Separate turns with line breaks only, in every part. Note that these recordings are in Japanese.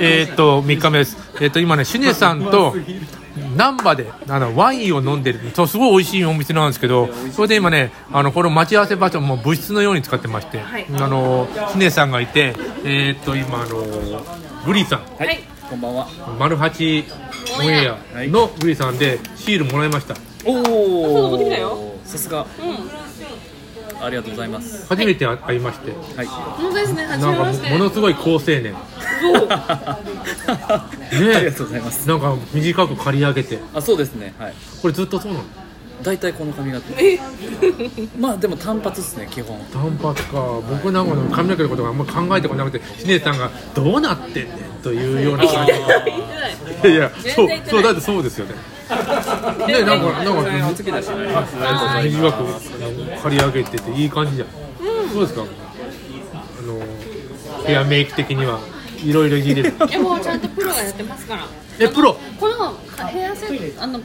えーっと3日目ですえーっと今ねシュネさんと難波であのワインを飲んでるそうすごい美味しいお店なんですけどそれで今ねあのこの待ち合わせ場所も物質のように使ってまして、
い
あのシュネさんがいてえーっと今あのグリーさん
はい。
こんばんは。
マルハチオンエアのグリさんでシールもらいました
そう
お
だ持ってきたよ。
さすが。
うん。
ありがとうございます。
初めて会いまして
はい。
本当ですね。初
な
め
んか
ま
も
して。
ものすごい好青年
そう。
ありがとうございます。
なんか短く刈り上げて
あ、そうですね。はい。
これずっとそうなの
大体この髪型。
え、
まあでも単発ですね基本。
短髪か僕なんかの髪の毛のことがあんま考えてこなくてシネさんが「どうなってんねん」というような
言
感
っ
じ
てない言ってない。
いやいやそう
全然言ってない
そうだってそうですよねねなんかなんか
お付きだしね。
短く刈り上げてていい感じじゃん、そうですかあのヘアメイク的にはいろいろいじ れる
いやもうちゃんとプロがやってますから。
えプロ
このヘアセットあの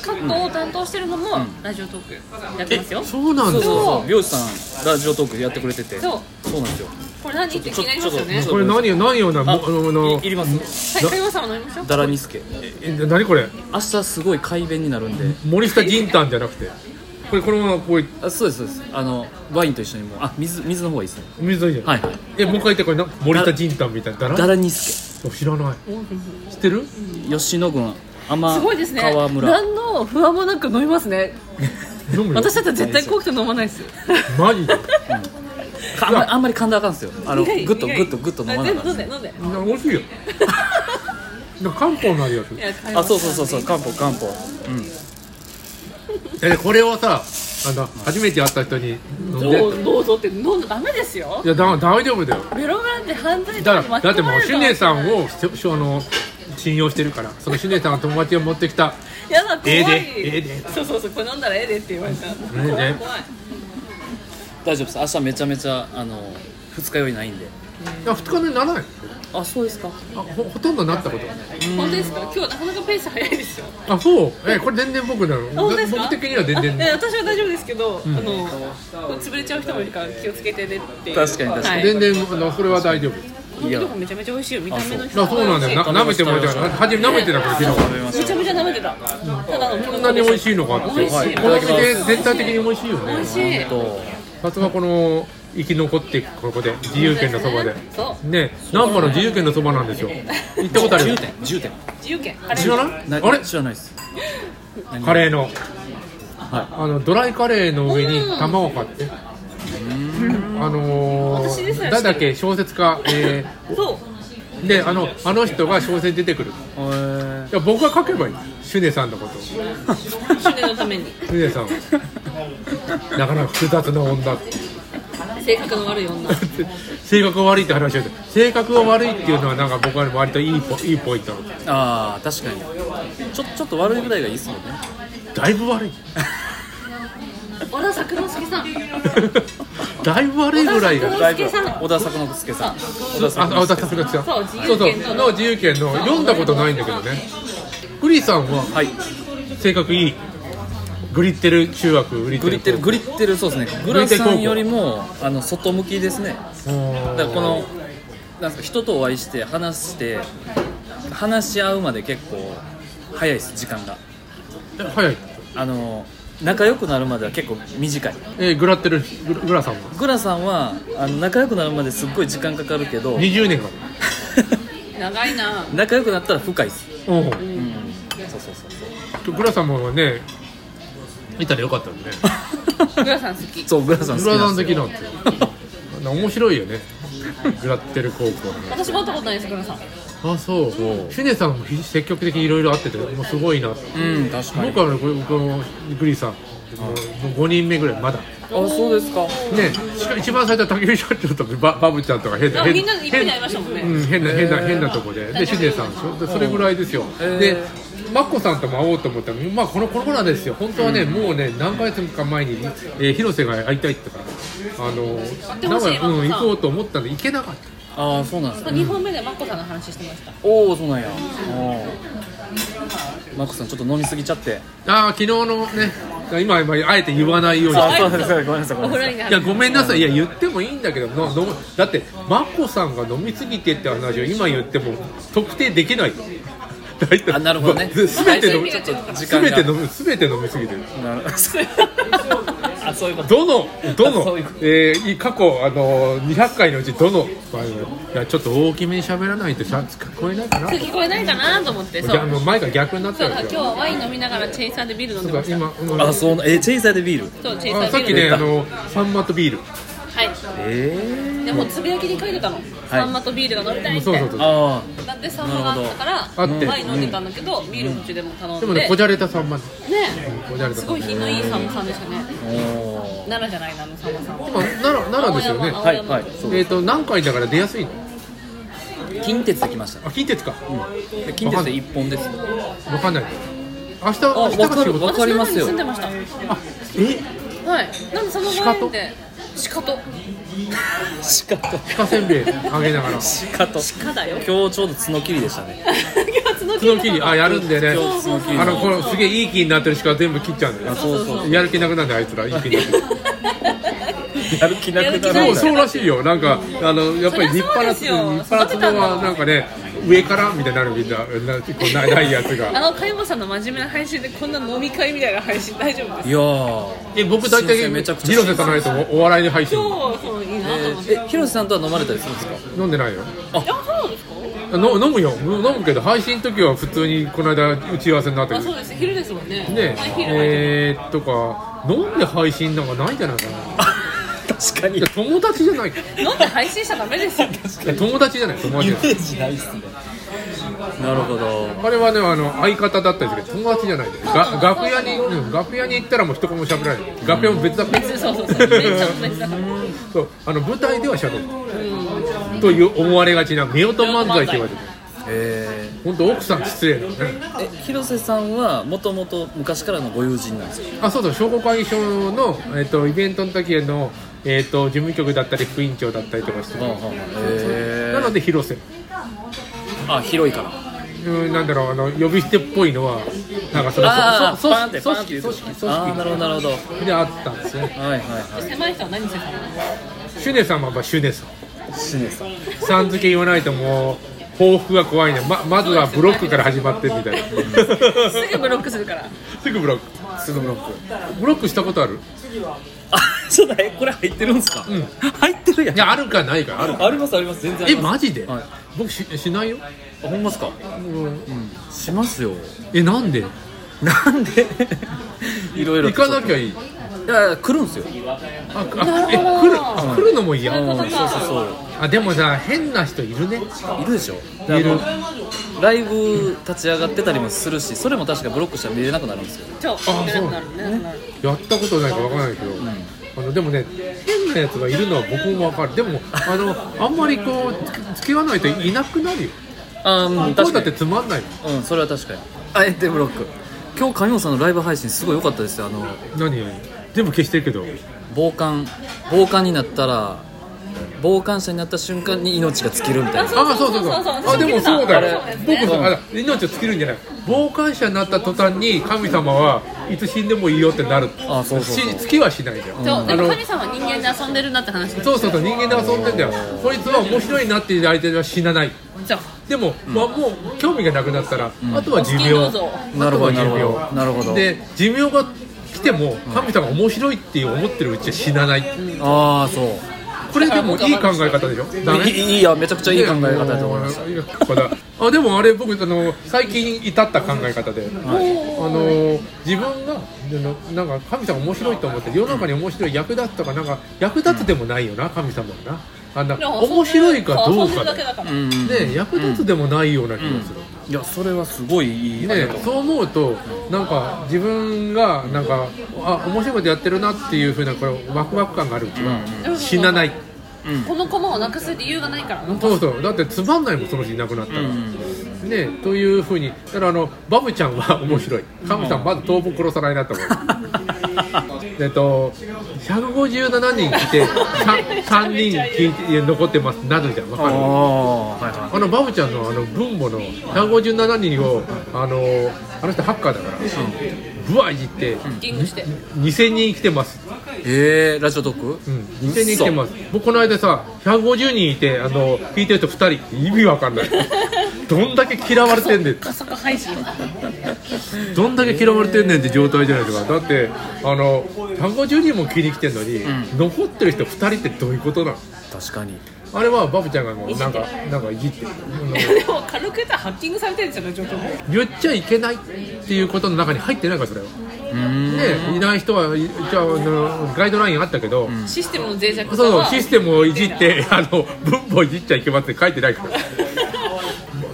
カットを担当してるのもラジオトークやってますよ。
そうなん
そ
だ
うそうそ
そう
う。美容師さんラジオトークやってくれてて。
そう。
そうなんですよ。
これ何って気になりますよね
ちょっ。
これ何よ何よなもあのあの
いいります。
はい、会話さん飲みましょう。
ダラニスケ。
え何これ
明日すごい快便になるんで。
森下仁丹じゃなくてこれこのままこう
あ、そうですそうです。あのワインと一緒にもうあ水水の方がいいですね。
水飲んじゃん、
はいはい。
えもう一回言ってこれな森田仁丹みたいなだら
ダラニス
知らない知ってる
ケ。吉野郡天
すごいですね。
川村。
何の不安もなく飲みますね。
飲むよ
私だったら絶対怖くて飲まないです。
マジで
かあんまりあんまり噛んだらあかんですよ。あのグ
苦い
ッとグ
苦い
ッとグッと飲まなあか
あ
ん
全
です
部
ね。
飲んで飲ん
な美
で。
味しいよなんか漢方になるやつ
いや会話
あ、そうそうそうそう。漢方漢方。うん。
えこれをさあの初めて会った人に飲んで
どうどうぞって飲んだらダメですよ
い。やだ大丈夫だよ
ベロなんて犯罪
だ
者に
から
巻き
だって
込ま
もう
れる
シュ
かもしれ
ネ
ない
さんをししあの信用してるからそのシュネさんが友達を持ってきた
やだ怖い
ええでええで
そうそうそうこれ飲んだらええでって言われた
え
怖
で
い怖い
大丈夫です明日めちゃめちゃあの二日酔いないんで
いや二日目にならない
あそうですか
あほほとんどなったことない
本当ですか今日なかなかペース早いですよ
あそうえこれ全然僕なの
本当ですか
僕的には全然
あえ私は大丈夫ですけど、あの潰れちゃう人もいるから気をつけてねっていう
確かに確か
は
に
い、
全然あのそれは大丈夫
このとこめちゃめちゃ美味しいよ見た目の人
あそうなんだよな舐めてもらいたいな初め舐めてたから昨日
めちゃめちゃ舐めてたただの
こんなに美味しいのかって
美味しい、
はい
この店全体的に美味しいよ
美
ね
味しい
と
さすがこの生き残っていくここで自由圏のそばで
そ
ね難波の自由圏のそばなんですよ行ったことある
10点10点
自由券あれ
知らない
な
あれ
知らないです何
カレーの
は
あのドライカレーの上に卵を買ってあの
私です
ー、
ら
誰だっけ小説家、え
そう
ーであのあの人が小説に出てくる
いえ
いや僕が書けばいいシュネさんのことをシ
主年のために
ュネさんをなかなか複雑な女って
性格の悪い女
性格が悪いって話をして性格が悪いっていうのはなんか僕は割といいポいいポイントなの
ああ確かにちょちょっと悪いぐらいがいいですもんね
だいぶ 悪い
小田作之助さん
だいぶ悪いぐらいが
小田作之助さん
小田作之助さん小田
あ、
作
あ、
之
私が来た。
そう自由
そう
研
そ
の
うの自由研の読んだことないんだけどね。グリさんは
はい
性格いい。グリってる中学グリってる。
グリってるグリってるそうですねグラさんよりもあの外向きですねだからこのなんすか人とお会いして話して話し合うまで結構早いです時間が
え早い。
あの仲良くなるまでは結構短い
えーグラってるグラグラさんは
グラさんはあの仲良くなるまですっごい時間かかるけど
20年か。
長いな
仲良くなったら深いです、
お
うん、そうそうそうそ
グラさんもね、いたらよかったんでね。
グ ラさん好き
うそうグラさん好き
グラさ
なん
ん
で
好
す
き
よ
なんですよ。なん か面白いよね。グラってる高校はね。
私も会ったことないですグラさん
あ、そう。シュネさんもひ積極的にいろいろ会ってて、もうすごいなって。
うん確かに
僕はね、これこのグリさん、もう5人目ぐらいまだ。
あそうですか
ね、しか一番最初は竹内社長とババブちゃんとか変な
あ
変
みん
な
なでいっぺんに会いましたもんね
うん、変な変な変なとこででシュネさんでしょでそれぐらいですよ、
ー
でマッコさんとも会おうと思ったら、まあ、このこの頃なんですよ本当はね、もうね何ヶ月か前に、えー広瀬が会いたいって言ったからあの
てほしい
名古屋うん、
マ
行
ッコさん
こうと思ったんで行けなかった
ああそうなんです
こ
か
れ二本目でマッコさんの話してました
おおそうなんやおーマックスさんちょっと飲みすぎちゃ って
ああ昨日のね今今あえて言わないように
あ
い
そうですそうですごめんなさいご
お
めんな
風呂
さい
になる
やごめんなさいいや言ってもいいんだけどののだってマコさんが飲みすぎてって話を今言っても特定できない大体
あなるほどね
全て飲み
ちょっと時間が
全て飲み全て飲みすぎてる
なるあそういうこと
どのど
あそ
の
ういうこと
えーい過去あの200回のうちどのまあいやちょっと大きめに喋らないとさ聞こえないかな
聞こえないかなと思ってそ
じゃあ
う
もう前が逆になっ
そ
た
うんだ
で
今
す
日
よ
はワイン飲みながらチェイサーでビール飲んでま
だ
し
から今今
あそうなえチェイサーでビール
たそうチェイサ
あさっ
ー
き
ビ
ね
ール
あのサンマとビール
は
え
いでもつぶやきに書いてたのサンマとビールが飲みたいって
そうそうそう
えああ
だってサンマがあったから
なるほど
ワイン飲んでたんだけどビールのうちでも頼
で
んで
もねこじゃれたサンマこ
ね
じゃれた
す
サンマ
ごい品のいいサンマさんでしたね
お
奈良じゃないなあのサンマさん
今奈良奈良ですよね
青山
はいはいそう
えっと何回だから出やすいの
近鉄で来ました
あ近鉄か
で近鉄で一本です
わかんない明日明
わ
日
かる
が仕事
わかりますよ
私奈良に住んでました
あえ
はいなんでそのワインで鹿と
しかと
鹿せんべいあげながら
しかと
鹿だよ
今日ちょうど角切りでした ね
今角
角切りあやるんでね
今日角切り
あのこのすげえいい気になってる鹿全部切っちゃうんだよ
あそうそう
やる気なくなるんだよあいつらいい気になってる
やる気なくな
そう
や
る
る気な
そうらしいよなんかあのやっぱり立派な
そ
立
りゃそうですよ
派なツボはなんかね上からみたいになるみんななこうなないやつが
あの加山さんの真面目な配信でこんな飲み会みたいな配信大丈夫です
いやー
え僕大体
新鮮めちゃくちゃ
広瀬さないとおお笑いに配信
そうそういいなと思って、
え広瀬さんとは飲まれたりするんですか
飲んでないよ
あそうですか
あの飲むよ飲むけど配信の時は普通にこの間打ち合わせになった
あ
けど
そうです昼ですもんね
ね
はい昼
えー、とか飲んで配信なんかないんじゃないかな
確か
い
に
や友達じゃないい
飲んで配信しちゃダメです よ
や友達じゃない友達じゃない
ジないっすねなるほど
あれはねあの相方だったりするけど友達じゃないですが楽屋に、うん、楽屋に行ったらもう一言も喋らない楽屋も別だから
別そうそうそうめっちゃ別だ
そうあの舞台では喋るという思われがちな夫婦漫才って言われてる
え
本当奥さん失礼だよね
ー、え広瀬さんはもともと昔からのご友人なんですか
あそうそう商工会議所の、えっとイベントの時の、えっと事務局だったり副委員長だったりとかして
はあはあえ
なので広瀬
ー、あ広いから
うんなんだろうあの呼び捨てっぽいのはなんかその
ああ
そ
パ
そ
ーンってパーンっ
組織
て言う
組
と
織
ああ
組
なるほどなるほどは
織であったんですよね
いはいは
狭い人は何してたの
シュネさんはまあシュネさん
いシネさん
さん付け言わないともう報復が怖いねままずはブロックから始まってみたいな
すぐブロックするから
すぐブロック
すぐブロック
ブロックしたことある
あちょっとえこれ入ってるんですか、うん、入ってるや
い
ん
やあるかないかある
ありますあります全然
え
あります
マジで、
はい
僕ししないよ
あほんまっすかしますよ
えなんで
なんでいろいろ
行かなきゃいい
いやいや来るんすよ
ああえ来るあ来るのも嫌
そういうこと
そ
か
うそうそう
あでもさ変な人いるね
いるでしょ
いる
あのライブ立ち上がってたりもするしそれも確かブロックしたら見れなくなるんですよ
超
あ
出なくなる出なくなる
やったことないからわからないけど、あのでもね変なやつがいるのは僕もわかるでもあのあんまりこうつ付き合わないといなくなるよ
あーうん
こう
確
だ
か
って
に
つまんない
うんそれは確かにあえてブロック今日上本さんのライブ配信すごい良かったですよあの
何全部消してるけど
傍観傍観になったら傍観者になった瞬間に命が尽きるみたいな
そう
あそうそうそう
そうそうそう
あでもそうだよ
あれ
僕
うん
さあら命を尽きるんじゃない傍観者になった途端に神様はいつ死んでもいいよってなる
あそうそうそう
し尽きはしないんだよ、
そうで
あ
も
の
神様は人間で遊んでるなって話
そうそうそう人間で遊んでんだよこいつは面白いなっていう相手は死なない
じゃあ
でも、まあ、もう興味がなくなったら、あとは寿命
お好きにどうぞ
あ
な
と
るほ
は
ど
寿
なるほど
命
なるほど
で寿命が来ても神様が面白いって思ってるうちは死なない、
ああそう
これでもいい考え方でしょダメ
いいいいやめちゃくちゃいい考え方だと思います
いやこれあでもあれ僕あの最近至った考え方で、あの自分がでななんか神様面白いと思って世の中に面白い役立つとかなんか役立つでもないよな神様はなあんな
でも
面白いかどう
遊んで
か
るだけ
で
だから
うん
で役立つでもないような気がする、
いやそれはすごいいいあり
ね
がとう、
そう思うとなんか自分がなんかあ面白いことやってるなっていうふうなこれワクワク感があるうちは死なない、
この駒をなくす理由がないから
そうそうだってつまんないもんその人いなくなったら、ねというふうにだからあのバブちゃんは面白いカムさんまず頭部殺さないなと思う、えっと、157人来て 3, 三人聞いて残ってますなるじゃんわ
あ
かる
あはいは
あのバブちゃんのあの分母の157人をあのあの人ハッカーだからぶわいじって
キングして
2000人来てます
いえー、ラジオトーク、
うん2000人来てます僕この間さ150人いてあの聞いてる人2人意味わかんない どんだけ嫌われてんねん
加速配信
どんだけ嫌われてんねんって状態じゃないですかだってあの150人も聞いに来てんのに、
う
残ってる人2人ってどういうことなの
確かに
あれはバブちゃんがもうなんかなんかいじってるあの
でも軽く言ったらハッキングされてるんですよね情報
言っちゃいけないっていうことの中に入ってないからそれは
うーん
でいない人は一応あのガイドラインあったけど、
システムの脆弱さ
そうそう
は
システムをいじってあの文法いじっちゃいけませんって書いてないから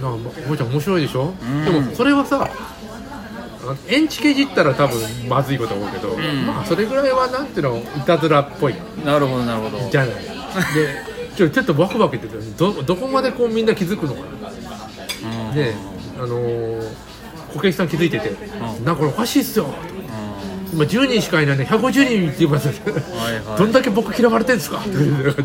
まなんかおもちゃん面白いでしょ、でもそれはさあのエンチケじったら多分まずいこと思うけど、まあそれぐらいはなんていうのいたずらっぽい
なるほどなるほど
じゃないでちょちょっとワクワク言ってたどどこまでこうみんな気づくのかな
うん
で、あのー、こけしさん気づいてて、なんかこれおかしいっすよ、今10人しかいないね、150人って言います、
いはい
どんだけ僕嫌われてるんですかって